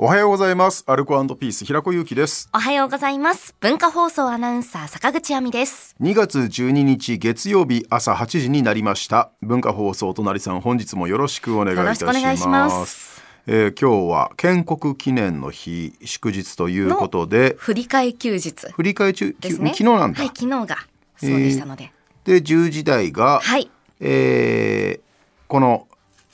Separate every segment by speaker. Speaker 1: おはようございますアルコピース平子祐希です
Speaker 2: おはようございます。文化放送アナウンサー坂口亜美です。
Speaker 1: 2月12日月曜日朝8時になりました文化放送隣さん本日もよろしくお願いいたし
Speaker 2: よろしくお願
Speaker 1: ま
Speaker 2: い
Speaker 1: す
Speaker 2: します
Speaker 1: えー今日は建国記念の日祝日ということで
Speaker 2: 振り替え休日
Speaker 1: 振り返り中、き
Speaker 2: で
Speaker 1: ゅ
Speaker 2: す
Speaker 1: 昨
Speaker 2: ね。
Speaker 1: 日なんだ、
Speaker 2: はい、昨日がそうでしたので。
Speaker 1: で10時台が、
Speaker 2: はい。
Speaker 1: えーこの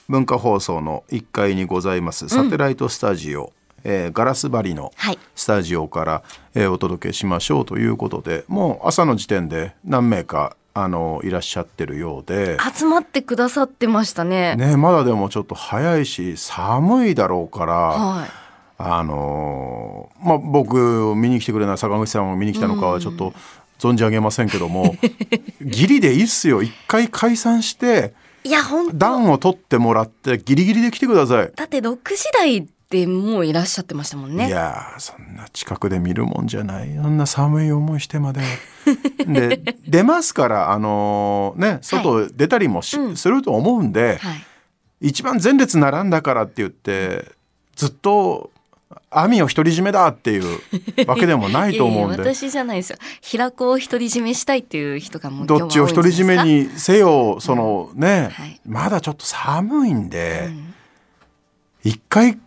Speaker 1: 文化放送の1階にございますサテライトスタジオ、えーガラス張りの
Speaker 2: はい
Speaker 1: スタジオから、えーお届けしましょうということでもう朝の時点で何名かあのいらっしゃってるようで、
Speaker 2: 集まってくださってましたね。
Speaker 1: ね、まだでもちょっと早いし寒いだろうから。
Speaker 2: はい。
Speaker 1: あのーまあ、僕を見に来てくれない坂口さんを見に来たのかはちょっと存じ上げませんけど も、ギリでいいっすよ一回解散して
Speaker 2: いや、本当
Speaker 1: 暖を取ってもらってギリギリで来てください。
Speaker 2: だって6時台でもういらっしゃってましたもん
Speaker 1: い
Speaker 2: ね。
Speaker 1: やーそんな近くで見るもんじゃないあんな寒い思いしてまでで 出ますからあのーね外出たりもし、すると思うんで、
Speaker 2: はい。
Speaker 1: 一番前列並んだからって言ってずっと網を独り占めだっていうわけでもないと思うんで
Speaker 2: いやいや私じゃないですよ。平子を独り占めしたいっていう人がもう今日
Speaker 1: ど
Speaker 2: は
Speaker 1: っちを
Speaker 2: 多いん
Speaker 1: 独り
Speaker 2: じゃ
Speaker 1: 占
Speaker 2: ない
Speaker 1: め
Speaker 2: ですか。
Speaker 1: にせよそのね、
Speaker 2: はい
Speaker 1: まだちょっと寒いんで、一回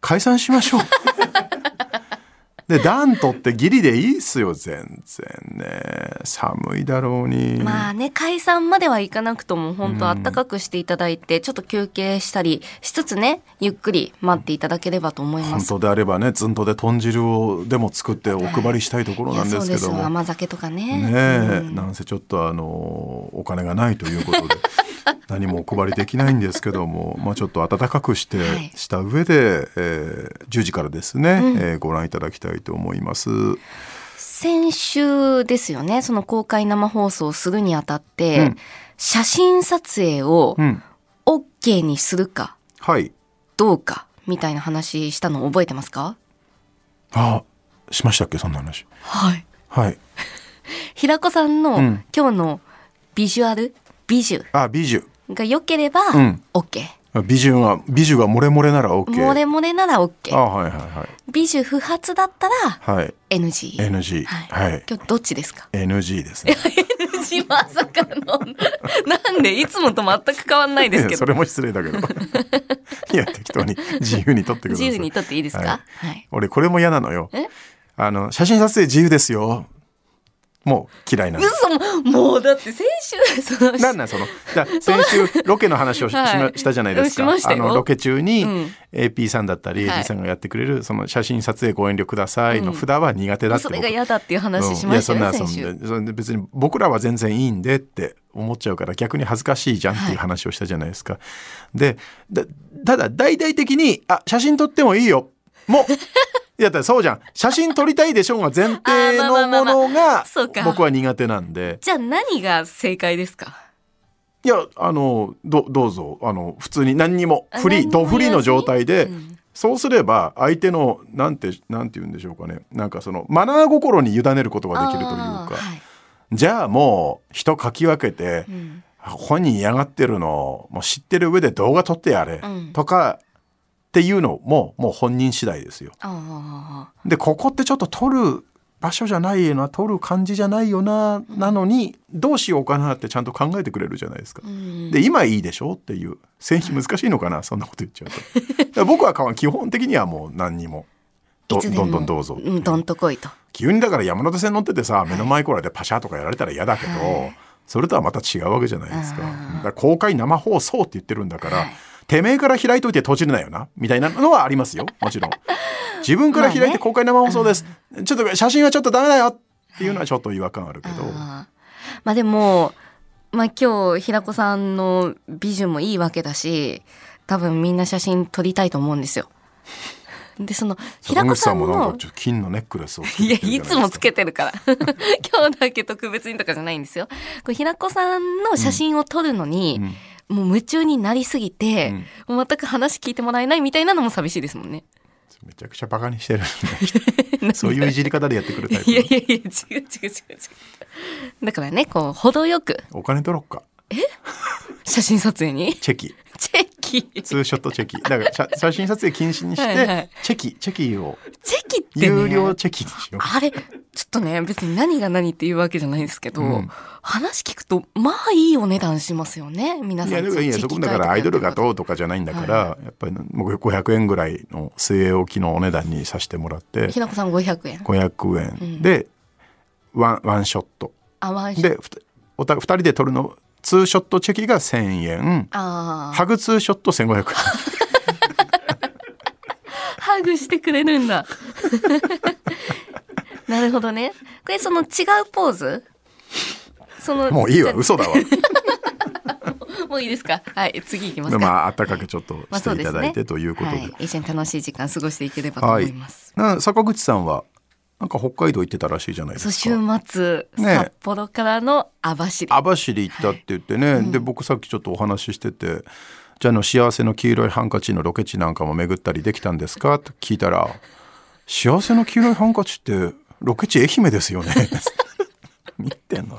Speaker 1: 解散しま しょう。で暖取ってギリでいいっすよ全然ね寒いだろうに、
Speaker 2: まあね、解散まではいかなくとも、本当あったかくしていただいて、ちょっと休憩したりしつつね、ゆっくり待っていただければと思いま
Speaker 1: 本
Speaker 2: す。
Speaker 1: 当であればねずんとで豚汁をでも作ってお配りしたいところなんですけ
Speaker 2: いやそ
Speaker 1: ど
Speaker 2: う
Speaker 1: も
Speaker 2: よ甘酒とかね。
Speaker 1: ねえ、なんせちょっとあのお金がないという ことで何もお配りできないんですけども、まあ、ちょっと暖かくして、
Speaker 2: はい
Speaker 1: した上で、えー10時からですね、えーご覧いただきたいと思います。
Speaker 2: 先週ですよね、その公開生放送するにあたって、
Speaker 1: うん
Speaker 2: 写真撮影を
Speaker 1: うん、
Speaker 2: OK にするか
Speaker 1: はい
Speaker 2: どうかみたいな話したの覚えてますか
Speaker 1: あしましたっけそんな話。
Speaker 2: はい。
Speaker 1: はい、
Speaker 2: 平子さんの、
Speaker 1: うん
Speaker 2: 今日のビジュアル、美女
Speaker 1: あ美女
Speaker 2: が良ければ
Speaker 1: うん
Speaker 2: OK。
Speaker 1: 美女が美女が漏れ漏れなら OK。
Speaker 2: 漏れ漏れなら OK
Speaker 1: あ。はいはいはい
Speaker 2: 美女不発だったら
Speaker 1: はい
Speaker 2: NG。
Speaker 1: NG
Speaker 2: はい。
Speaker 1: はい
Speaker 2: 今日どっちですか
Speaker 1: NG ですね。
Speaker 2: NG まさかの。なんでいつもと全く変わんないです け
Speaker 1: そ
Speaker 2: ど。
Speaker 1: れも失礼だけ ど。いや適当に自由に撮ってくださ
Speaker 2: 自
Speaker 1: い。
Speaker 2: 由に撮っていいですかはい、
Speaker 1: 俺これも嫌なのよ
Speaker 2: え。
Speaker 1: あの写真撮影自由ですよ。もう嫌いなの。
Speaker 2: 嘘ももうだって先週、その、
Speaker 1: なんなんそのじゃ あ先週ロケの話をし,しま、
Speaker 2: はい
Speaker 1: したじゃないです
Speaker 2: うんし
Speaker 1: か
Speaker 2: ました
Speaker 1: あ
Speaker 2: よ
Speaker 1: のロケ中に
Speaker 2: うん
Speaker 1: AP さんだったり
Speaker 2: はい
Speaker 1: AD さんがやってくれるその写真撮影ご遠慮くださいの札は苦手だって
Speaker 2: そ
Speaker 1: 僕
Speaker 2: れが嫌だってい
Speaker 1: う
Speaker 2: う
Speaker 1: ん
Speaker 2: 話しましたよね、
Speaker 1: いやそんな
Speaker 2: 先
Speaker 1: そ
Speaker 2: 週。
Speaker 1: んなそんな別に僕らは全然いいんでって思っちゃうから逆に恥ずかしいじゃんっていう話をしたじゃないですか。でだただ大々的に「あ写真撮ってもいいよ」も ういやだってそうじゃん写真撮りたいでしょうが前提
Speaker 2: あー
Speaker 1: の
Speaker 2: ま あまあまあ
Speaker 1: も
Speaker 2: まあ
Speaker 1: のが
Speaker 2: そうか
Speaker 1: 僕は苦手なんで
Speaker 2: じゃあ何が正解ですか
Speaker 1: いやあのどどうぞあの普通に何にも
Speaker 2: あ
Speaker 1: フリー
Speaker 2: 何にも
Speaker 1: ドフリーの状態で、
Speaker 2: うん
Speaker 1: そうすれば相手のなんてなんて言うんでしょうかねなんかそのマナー心に委ねることができるという
Speaker 2: あー
Speaker 1: か。
Speaker 2: はい
Speaker 1: じゃあもう人かき分けて、
Speaker 2: うん
Speaker 1: 本人嫌がってるのをもう知ってる上で動画撮ってやれ、
Speaker 2: うん
Speaker 1: とかっていうのももう本人次第ですよ。
Speaker 2: あー
Speaker 1: でここってちょっと撮る場所じゃないよな撮る感じじゃないよななのにどうしようかなってちゃんと考えてくれるじゃないですか。
Speaker 2: うん
Speaker 1: で今いいでしょっていう選手難しいのかなそんなこと言っちゃうと。だ から僕は基本的にはもう何にもど
Speaker 2: いつでも
Speaker 1: どんどんどうぞっていう
Speaker 2: うん、どんとこいと。
Speaker 1: 急にだから山手線乗っててさ目の前こらでパシャとかやられたら嫌だけど、
Speaker 2: はい
Speaker 1: それとはまた違うわけじゃないですか
Speaker 2: うんうんうん
Speaker 1: だから公開生放送って言ってるんだから、
Speaker 2: はい
Speaker 1: てめえから開いといて閉じるなよなみたいなのはあります よもちろん自分から
Speaker 2: ま
Speaker 1: 開
Speaker 2: あ
Speaker 1: い
Speaker 2: ね
Speaker 1: て公開生放送です、ちょっと写真はちょっとダメだよっていうのはちょっと違和感あるけど、
Speaker 2: あーまあでも、まあ今日平子さんの美女もいいわけだし、多分みんな写真撮りたいと思うん ですよ。で、その、平
Speaker 1: 坂
Speaker 2: 子
Speaker 1: 口
Speaker 2: さ
Speaker 1: さ
Speaker 2: ん
Speaker 1: んもなん
Speaker 2: の
Speaker 1: か、ちょっと金のネックレスをつけ
Speaker 2: いや、
Speaker 1: てるじ
Speaker 2: い
Speaker 1: ゃな
Speaker 2: つも
Speaker 1: です
Speaker 2: つ
Speaker 1: か
Speaker 2: けてるから。 今日だけ特別にとかじゃないんですよ。こう平子さんの写真を撮るのに、もう夢中になりすぎて、もう全く話聞いてもらえないみたいなのも寂しいですもんね。
Speaker 1: めちゃくちゃバカにしてるね そういういじり方でやってくるタイプ
Speaker 2: いやいやいや、違う違う違う違う。だからね、こう、程よく
Speaker 1: お金取ろっか
Speaker 2: 写真撮影に
Speaker 1: チェキ
Speaker 2: チェキキ
Speaker 1: ツーショットチェキだから写写真撮影禁止にして
Speaker 2: はいはい
Speaker 1: チェキチェキを
Speaker 2: チェキってね
Speaker 1: 有料チェキにしよう
Speaker 2: あれちょっとね別に何が何っていうわけじゃないんですけど、
Speaker 1: うん
Speaker 2: 話聞くとまあいいお値段しますよね皆
Speaker 1: い
Speaker 2: さ
Speaker 1: や
Speaker 2: ん
Speaker 1: だからいいや
Speaker 2: チェ
Speaker 1: そこ
Speaker 2: キ
Speaker 1: だからアイドルが
Speaker 2: 会
Speaker 1: どうとかじゃないんだから、やっぱりもう500円ぐらいの据え置きのお値段にさせてもらって
Speaker 2: ひなこさん500円
Speaker 1: 500円、でワンワンショット
Speaker 2: あワンショット
Speaker 1: でふたおた2人で撮るのツーショットチェキが1,000円
Speaker 2: あー
Speaker 1: ハグツーショット1500円
Speaker 2: ハグしてくれる んだなるほどねこれその違うポーズその
Speaker 1: もういいわ
Speaker 2: じ
Speaker 1: 嘘だわ
Speaker 2: ゃもういいですかはい次いき ます
Speaker 1: で
Speaker 2: か、
Speaker 1: まあ暖かくちょっとしていただいてということで,、
Speaker 2: はい、一緒に楽しい時間過ごしていければと思います、
Speaker 1: な坂口さんはなんか北海道行ってたらしいじゃないです
Speaker 2: そう
Speaker 1: か
Speaker 2: 週末、
Speaker 1: ね
Speaker 2: 札幌からの網走
Speaker 1: 網走行ったって言ってね、で僕さっきちょっとお話ししてて「じゃああの幸せの黄色いハンカチ」のロケ地なんかも巡ったりできたんですかと聞いたら「幸せの黄色いハンカチってロケ地愛媛ですよね」 見てんの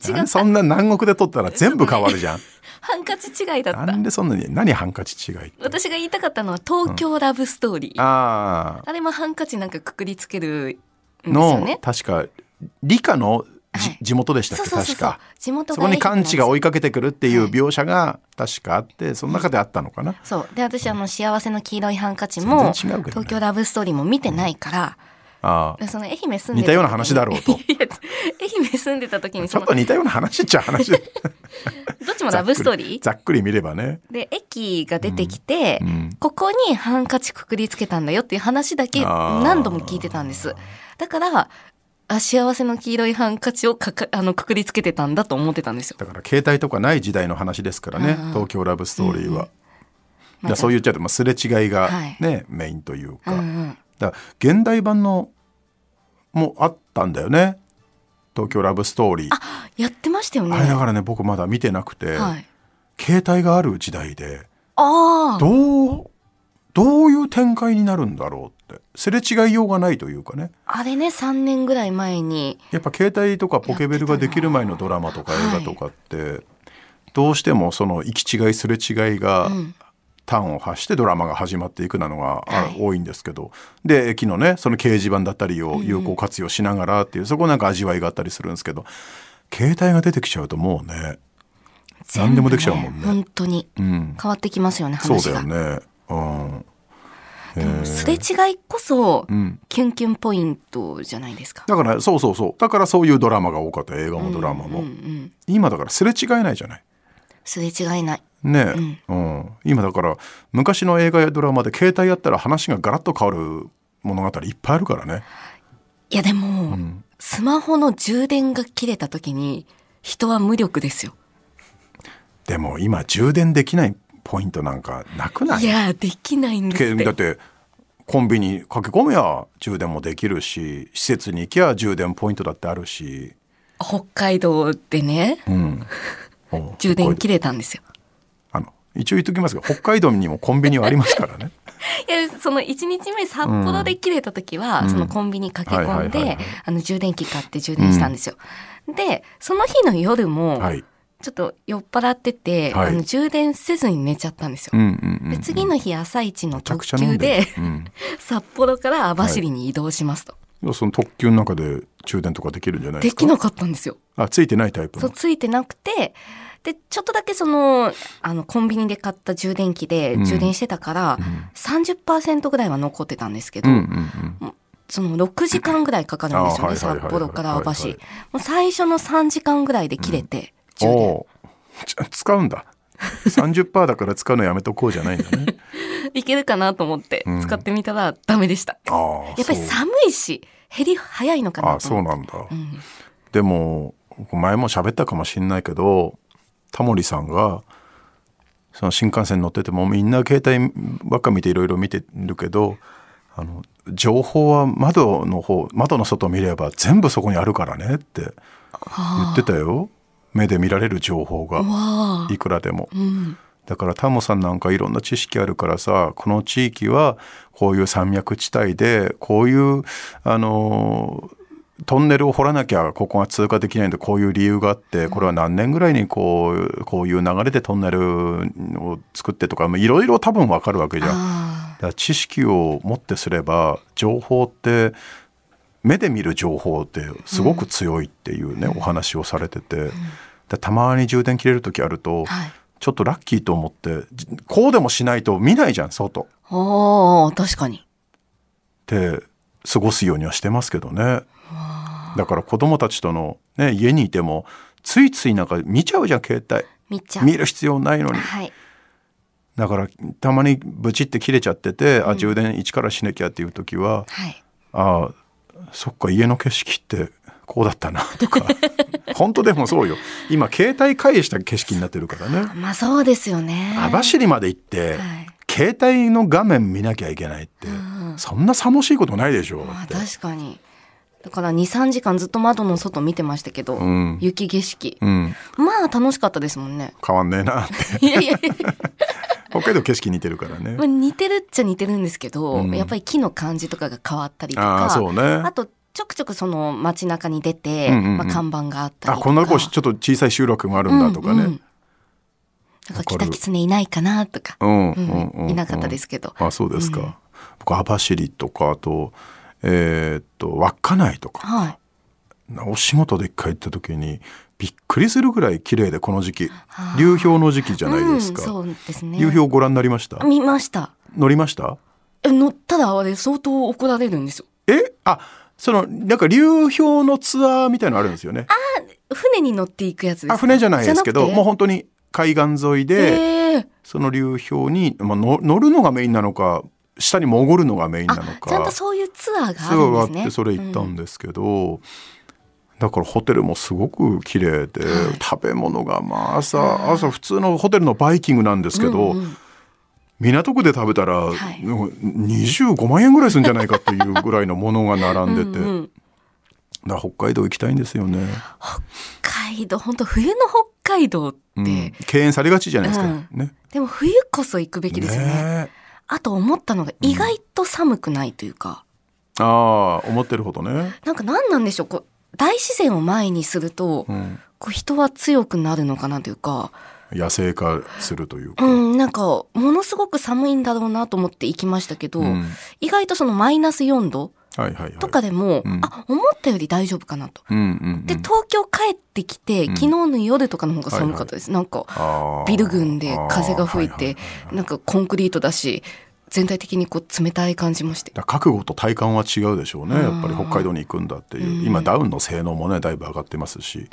Speaker 2: ちょ違
Speaker 1: なん
Speaker 2: う
Speaker 1: でそんな南国で撮ったら全部変わるじゃん。
Speaker 2: ハンカチ違いだっ
Speaker 1: な
Speaker 2: た
Speaker 1: んでそんなに何ハンカチ違いって。
Speaker 2: 私が言いたかったのは東京ラブストーリー、あ
Speaker 1: ああ
Speaker 2: れもハンカチなんかくくりつけるんですよ
Speaker 1: の、
Speaker 2: ね
Speaker 1: 確か理科のじ、
Speaker 2: はい
Speaker 1: 地元でしたっ
Speaker 2: そう
Speaker 1: け
Speaker 2: そうそう
Speaker 1: 確
Speaker 2: そう
Speaker 1: か。
Speaker 2: 地元
Speaker 1: そこに
Speaker 2: 愛媛
Speaker 1: 完
Speaker 2: なんです
Speaker 1: 治が追いかけてくるっていう描写が確かあってその中であったのかな。
Speaker 2: そうで私あの幸せの黄色いハンカチ
Speaker 1: 全
Speaker 2: も
Speaker 1: 然違うけどね
Speaker 2: 東京ラブストーリーも見てないから、
Speaker 1: ああ
Speaker 2: その愛媛住んでた時に
Speaker 1: 似たような話だろうと
Speaker 2: いや愛媛住んでた時 に
Speaker 1: ち
Speaker 2: そ
Speaker 1: ょっ
Speaker 2: の
Speaker 1: と似たような話っちゃ話で
Speaker 2: どっちもラブストーリー
Speaker 1: ざっくり見ればね、
Speaker 2: で駅が出てきて、
Speaker 1: うん、
Speaker 2: ここにハンカチくくりつけたんだよっていう話だけ何度も聞いてたんです。だから、あ幸せの黄色いハンカチをかかあのくくりつけてたんだと思ってたんですよ。
Speaker 1: だから携帯とかない時代の話ですからね
Speaker 2: あー
Speaker 1: 東京ラブストーリーは、
Speaker 2: ま
Speaker 1: だから
Speaker 2: た
Speaker 1: そう言っちゃうと、まあ、すれ違いが
Speaker 2: はい
Speaker 1: ね、メインというか,、
Speaker 2: うんうん、
Speaker 1: だから現代版のもあったんだよね東京ラブストーリーあ,、
Speaker 2: やってましたよね。
Speaker 1: れだからね僕まだ見てなくて、
Speaker 2: はい、
Speaker 1: 携帯がある時代で
Speaker 2: ああ
Speaker 1: どうどういう展開になるんだろうってすれ違いようがないというかね
Speaker 2: あれね3年ぐらい前に
Speaker 1: やっぱ携帯とかポケベルができる前のドラマとか映画とかって、どうしてもその行き違いすれ違いが
Speaker 2: ん
Speaker 1: 端を発してドラマが始まっていくなのが、あ
Speaker 2: はい
Speaker 1: 多いんですけどで駅のねその掲示板だったりを有効活用しながらっていう、そこなんか味わいがあったりするんですけど携帯が出てきちゃうともうね、何でもできちゃうもんね
Speaker 2: 全部本当に
Speaker 1: うん、
Speaker 2: 変わってきますよね
Speaker 1: そう
Speaker 2: 話
Speaker 1: だ
Speaker 2: が
Speaker 1: よ。ね。うん
Speaker 2: でもすれ違いこそ、
Speaker 1: ん
Speaker 2: キュンキュンポイントじゃないですか。
Speaker 1: だからそうそうそうだからそういうドラマが多かった映画もドラマも、
Speaker 2: うんうん、
Speaker 1: 今だからすれ違えないじゃない
Speaker 2: すれ違えない。
Speaker 1: ねえ、うん今だから昔の映画やドラマで携帯やったら話がガラッと変わる物語いっぱいあるからね
Speaker 2: いやでも、
Speaker 1: ん
Speaker 2: スマホの充電が切れた時に人は無力ですよ。
Speaker 1: でも今充電できないポイントなんかなくない
Speaker 2: いやできないんです
Speaker 1: け
Speaker 2: っ
Speaker 1: だ
Speaker 2: て。
Speaker 1: ってコンビニ駆け込めや充電もできるし施設に行きゃ充電ポイントだってあるし、
Speaker 2: 北海道でね
Speaker 1: うん、お
Speaker 2: 充電切
Speaker 1: 北海道
Speaker 2: れたんですよ。
Speaker 1: あの一応言っときますが北海道にもコンビニはありますから ね
Speaker 2: いやその1日目札幌で切れた時は、そのコンビニ駆け込ん
Speaker 1: はいはいはい
Speaker 2: で
Speaker 1: はい
Speaker 2: あの充電器買って充電したんですよ。でその日の夜も、
Speaker 1: はい、
Speaker 2: ちょっと酔っ払ってて、
Speaker 1: はい
Speaker 2: あの充電せずに寝ちゃったんですよ。
Speaker 1: うんうんうん、
Speaker 2: で次の日朝一の
Speaker 1: めちゃ
Speaker 2: 特
Speaker 1: くちゃ飲
Speaker 2: 急
Speaker 1: んで
Speaker 2: で
Speaker 1: る、うん、
Speaker 2: 札幌から網走に移動しますと、
Speaker 1: 要はその特急の中で充電とかできるんじゃないで
Speaker 2: です
Speaker 1: か
Speaker 2: きなかったんですよ。
Speaker 1: あついてないタイプの
Speaker 2: そうついてなくてでちょっとだけそのあのコンビニで買った充電器で
Speaker 1: うん
Speaker 2: 充電してたから、30%ぐらいは残ってたんですけど、
Speaker 1: うんうんうん、
Speaker 2: その6時間ぐらいかかるんです よ
Speaker 1: あーはいはいはい
Speaker 2: ね
Speaker 1: はい
Speaker 2: 札幌から網
Speaker 1: は
Speaker 2: 走
Speaker 1: いは
Speaker 2: もう最初の3時間ぐらいで切れて、充電
Speaker 1: おーじゃ使うんだ30%だから使うのやめとこうじゃないんだ ね
Speaker 2: いけるかなと思って
Speaker 1: うん
Speaker 2: 使ってみたらダメでした、
Speaker 1: ああ
Speaker 2: やっぱり
Speaker 1: そう
Speaker 2: 寒いし減り早いのか
Speaker 1: あ
Speaker 2: な
Speaker 1: あ
Speaker 2: と
Speaker 1: そう
Speaker 2: 思って
Speaker 1: なんだ、
Speaker 2: ん
Speaker 1: でも前も喋ったかもしれないけどタモリさんがその新幹線乗っててもみんな携帯ばっか見ていろいろ見てるけどあの情報は窓の方窓の外見れば全部そこにあるからねって言ってたよ目で見られる情報が
Speaker 2: わあ
Speaker 1: いくらでも。
Speaker 2: うん
Speaker 1: だからタモさんなんかいろんな知識あるからさこの地域はこういう山脈地帯でこういうあのトンネルを掘らなきゃここが通過できないんでこういう理由があってこれは何年ぐらいにこうこういう流れでトンネルを作ってとかいろいろ多分わかるわけじゃん。だ
Speaker 2: あ
Speaker 1: から知識を持ってすれば情報って目で見る情報ってすごく強いっていうね、お話をされてて、でたまに充電切れる時あると、
Speaker 2: あはい
Speaker 1: ちょっとラッキーと思ってじこうでもしないと見ないじゃん外っ
Speaker 2: おー確かに
Speaker 1: て過ごすようにはしてますけどねだから子供たちとの、ね、家にいてもついついなんか見ちゃうじゃん携帯
Speaker 2: みっちゃん
Speaker 1: 見る必要ないのに
Speaker 2: はい
Speaker 1: だからたまにブチって切れちゃってて、あ充電一からしなきゃっていう時は
Speaker 2: はい
Speaker 1: あそっか家の景色ってこうだったなとか本当でもそうよ今携帯返した景色になってるからね
Speaker 2: まあそうですよね
Speaker 1: 網走まで行って、
Speaker 2: はい
Speaker 1: 携帯の画面見なきゃいけないって、
Speaker 2: ん
Speaker 1: そんな寂しいことないでしょ
Speaker 2: まあ
Speaker 1: って
Speaker 2: 確かにだから23時間ずっと窓の外見てましたけど、
Speaker 1: うん
Speaker 2: 雪景色、
Speaker 1: うん
Speaker 2: まあ楽しかったですもんね
Speaker 1: 変わんねえなって
Speaker 2: いやいや
Speaker 1: 北海道景色似てるからね
Speaker 2: まあ似てるっちゃ似てるんですけど、
Speaker 1: うん
Speaker 2: やっぱり木の感じとかが変わったりと
Speaker 1: あ
Speaker 2: か
Speaker 1: あそうね
Speaker 2: あとちょくちょくその街中に出て、
Speaker 1: うんうんうん
Speaker 2: まあ、看板があったり
Speaker 1: あ
Speaker 2: とか
Speaker 1: こんなとこちょっと小さい集落があるんだとかね、
Speaker 2: う
Speaker 1: うん
Speaker 2: うんんなんか北狐いないかなとか、
Speaker 1: うん
Speaker 2: う
Speaker 1: うんんうん
Speaker 2: いなかったですけど、
Speaker 1: あそうですか、
Speaker 2: うん
Speaker 1: 僕網走とかあとえーっと稚内とか
Speaker 2: はい
Speaker 1: お仕事で一回行った時にびっくりするぐらい綺麗でこの時期
Speaker 2: あー
Speaker 1: 流氷の時期じゃないですか、
Speaker 2: うん、そうですね
Speaker 1: 流氷ご覧になりました
Speaker 2: 見ました
Speaker 1: 乗りました
Speaker 2: え乗ったらあれ相当怒られるんですよ
Speaker 1: えあそのなんか流氷のツアーみたいのあるんですよね。
Speaker 2: 船に乗っていくやつですか
Speaker 1: あ船じゃないですけど
Speaker 2: じゃなくて
Speaker 1: もう本当に海岸沿いで、
Speaker 2: えー
Speaker 1: その流氷に、まあ、の乗るのがメインなのか下に潜るのがメインなの
Speaker 2: あちゃん
Speaker 1: か
Speaker 2: とそういうツアーが
Speaker 1: ツアーがあ
Speaker 2: あ
Speaker 1: っ
Speaker 2: るんです
Speaker 1: て
Speaker 2: ね。
Speaker 1: それ行った
Speaker 2: うん
Speaker 1: んですけど、だからホテルもすごく綺麗で、
Speaker 2: はい
Speaker 1: 食べ物がまあ朝朝普通のホテルのバイキングなんですけど、
Speaker 2: うんうん
Speaker 1: 港区で食べたら、な
Speaker 2: い
Speaker 1: んか25万円ぐらいするんじゃないかっていうぐらいのものが並んでて
Speaker 2: うんうん
Speaker 1: だから北海道行きたいんですよね。
Speaker 2: 北海道本当冬の北海道って、
Speaker 1: うん、敬遠されがちじゃないですか、
Speaker 2: うん
Speaker 1: ね。
Speaker 2: でも冬こそ行くべきですよね
Speaker 1: ね
Speaker 2: あと思ったのが意外と寒くないというか、
Speaker 1: えああ思ってるほどね。
Speaker 2: なんか何なんでしょうこう大自然を前にすると、
Speaker 1: うん、
Speaker 2: こう人は強くなるのかなというか、
Speaker 1: 野生化するというか。
Speaker 2: う
Speaker 1: うん
Speaker 2: ん、なんかものすごく寒いんだろうなと思って行きましたけど、意外とそのマイナス4度
Speaker 1: はいはいはい。
Speaker 2: とかでも、
Speaker 1: うん
Speaker 2: あ思ったより大丈夫かなと。
Speaker 1: うんうんうん、
Speaker 2: で東京帰ってきて、
Speaker 1: うん
Speaker 2: 昨日の夜とかの方が寒かったです、なんか
Speaker 1: あー
Speaker 2: ビル群で風が吹い
Speaker 1: あーはは
Speaker 2: て
Speaker 1: はいはい
Speaker 2: なんかコンクリートだし全体的にこう冷たい感じまして
Speaker 1: だから覚悟と体感は違うでしょうね。やっぱり北海道に行くんだっていう。
Speaker 2: うん
Speaker 1: 今ダウンの性能もねだいぶ上がってますし。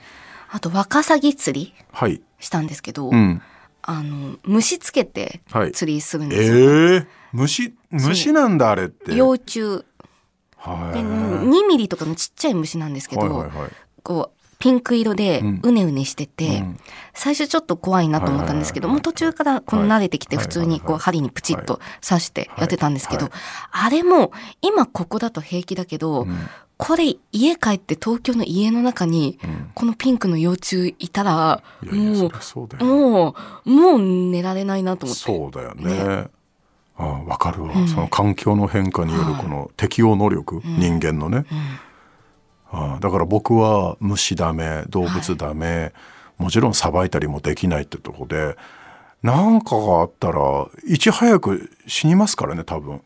Speaker 2: あとワカサギ釣り
Speaker 1: はい。
Speaker 2: したんですけど、
Speaker 1: うん。
Speaker 2: あの虫つけて
Speaker 1: はい。
Speaker 2: 釣りするん
Speaker 1: え
Speaker 2: ですよ、
Speaker 1: ー、虫虫なんだあれって。
Speaker 2: 幼虫
Speaker 1: はい。
Speaker 2: で2ミリとかのちっちゃい虫なんですけど、
Speaker 1: はいはいはい。
Speaker 2: こうピンク色で
Speaker 1: うん
Speaker 2: うねうねしてて、
Speaker 1: うん
Speaker 2: 最初ちょっと怖いなと思ったんですけど、
Speaker 1: はいはいはいはい
Speaker 2: もう途中からこの慣れてきて
Speaker 1: はい
Speaker 2: 普通にこ
Speaker 1: はいはい
Speaker 2: う
Speaker 1: はい
Speaker 2: 針にプチッと刺してやってたんですけど、
Speaker 1: は
Speaker 2: あれも今ここだと平気だけど、
Speaker 1: うん
Speaker 2: これ家帰って東京の家の中に
Speaker 1: うん
Speaker 2: このピンクの幼虫いたら、
Speaker 1: いやいやそう
Speaker 2: も
Speaker 1: りゃそうだよ。
Speaker 2: もう、もう寝られないなと思って。
Speaker 1: そうだよね。
Speaker 2: ね
Speaker 1: ああわかるわ、
Speaker 2: うん
Speaker 1: その環境の変化によるこの適応能力、人間のね、ああだから僕は虫ダメ動物ダメ、もちろんさばいたりもできないってとこで何かがあったらいち早く死にますからね多分。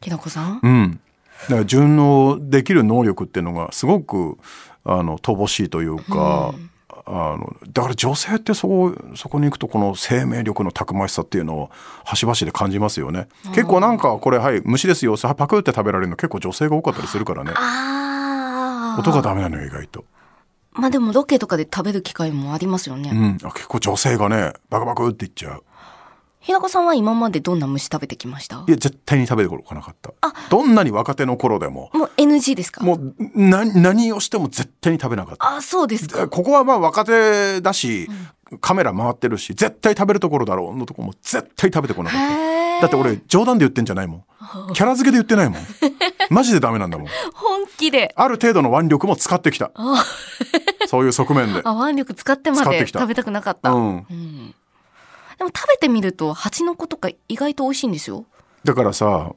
Speaker 2: きなこさん
Speaker 1: うん、だから順応できる能力っていうのがすごくあの乏しいというか、あのだから女性ってそこそこに行くとこの生命力のたくましさっていうのを端々で感じますよね。結構なんかこれはい虫ですよさあパクって食べられるの結構女性が多かったりするからね
Speaker 2: ああ。
Speaker 1: 音がダメなのよ意外と、
Speaker 2: まあでもロケとかで食べる機会もありますよね。
Speaker 1: うん、あ結構女性がねバクバクっていっちゃう
Speaker 2: ひなこさんは今までどんな虫食べてきました
Speaker 1: いや絶対に食べてこなかったどんなに若手の頃でも
Speaker 2: もう NG ですか
Speaker 1: もうな何をしても絶対に食べなかった。
Speaker 2: あ、そうですか。
Speaker 1: ここはまあ若手だし、カメラ回ってるし絶対食べるところだろうのとこも絶対食べてこなかった
Speaker 2: へえ。
Speaker 1: だって俺冗談で言ってんじゃないもんキャラ付けで言ってないもんマジでダメなんだもん
Speaker 2: 本気で。
Speaker 1: ある程度の腕力も使ってきたそういう側面で
Speaker 2: あ、腕力使ってま
Speaker 1: 使っ
Speaker 2: で
Speaker 1: てきた
Speaker 2: 食べたくなかった。
Speaker 1: う
Speaker 2: うん。
Speaker 1: ん
Speaker 2: でも食べてみると、蜂の子とか意外と美味しいんですよ。
Speaker 1: だからさ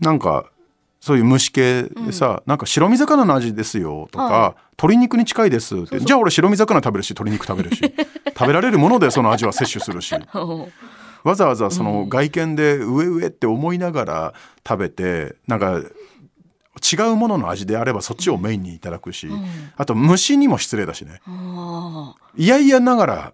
Speaker 1: なんかそういう虫系でさ、なんか白身魚の味ですよとか、
Speaker 2: は
Speaker 1: 鶏肉に近いですってじゃあ俺白身魚食べるし鶏肉食べるし食べられるものでその味は摂取するし
Speaker 2: おう
Speaker 1: わざわざその外見で上上って思いながら食べてなんか違うものの味であればそっちをメインにいただくし、あと虫にも失礼だしね
Speaker 2: あ
Speaker 1: いやいやながら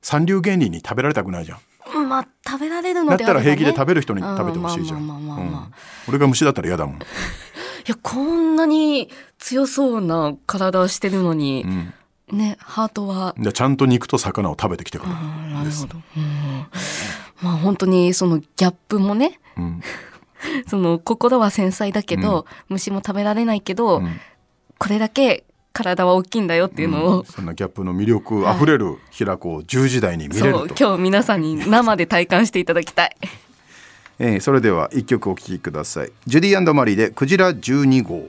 Speaker 1: 三流芸人に食べられたくないじゃん
Speaker 2: ーまあ食べられる
Speaker 1: だ
Speaker 2: の
Speaker 1: っ
Speaker 2: で
Speaker 1: た
Speaker 2: あれば、
Speaker 1: ら平
Speaker 2: ね、
Speaker 1: 気で食
Speaker 2: べ
Speaker 1: べる人に食べてほしいじゃん
Speaker 2: うんまあまあまあまあまあ
Speaker 1: うん俺が虫だったら嫌だもん、
Speaker 2: いやこんなに強そうな体してるのに
Speaker 1: う、ん、
Speaker 2: ねハートは
Speaker 1: じゃあちゃんと肉と魚を食べてきてくれ
Speaker 2: うんなるほど、うんまあ本当にそのギャップもね
Speaker 1: うん
Speaker 2: その心は繊細だけど、虫も食べられないけど、
Speaker 1: うん
Speaker 2: これだけ体は大きいんだよっていうのを、
Speaker 1: うんそんなギャップの魅力あふれる平子を10時台に見れる
Speaker 2: そう
Speaker 1: と
Speaker 2: 今日皆さんに生で体感していただきたい
Speaker 1: えーそれでは一曲お聴きくださいジュディマリーで「クジラ12号」